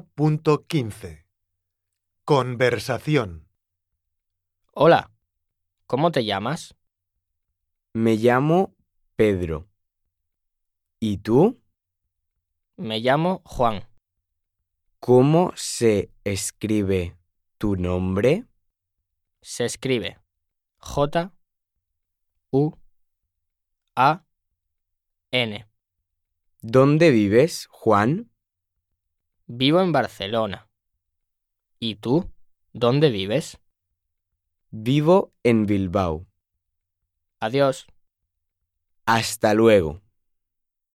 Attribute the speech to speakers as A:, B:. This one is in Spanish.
A: 1.15 Conversación
B: Hola, ¿cómo te llamas?
C: Me llamo Pedro. ¿Y tú?
B: Me llamo Juan.
C: ¿Cómo se escribe tu nombre?
B: Se escribe J U A N.
C: ¿Dónde vives, Juan?
B: Vivo en Barcelona. ¿Y tú? ¿Dónde vives?
C: Vivo en Bilbao.
B: Adiós.
C: Hasta luego.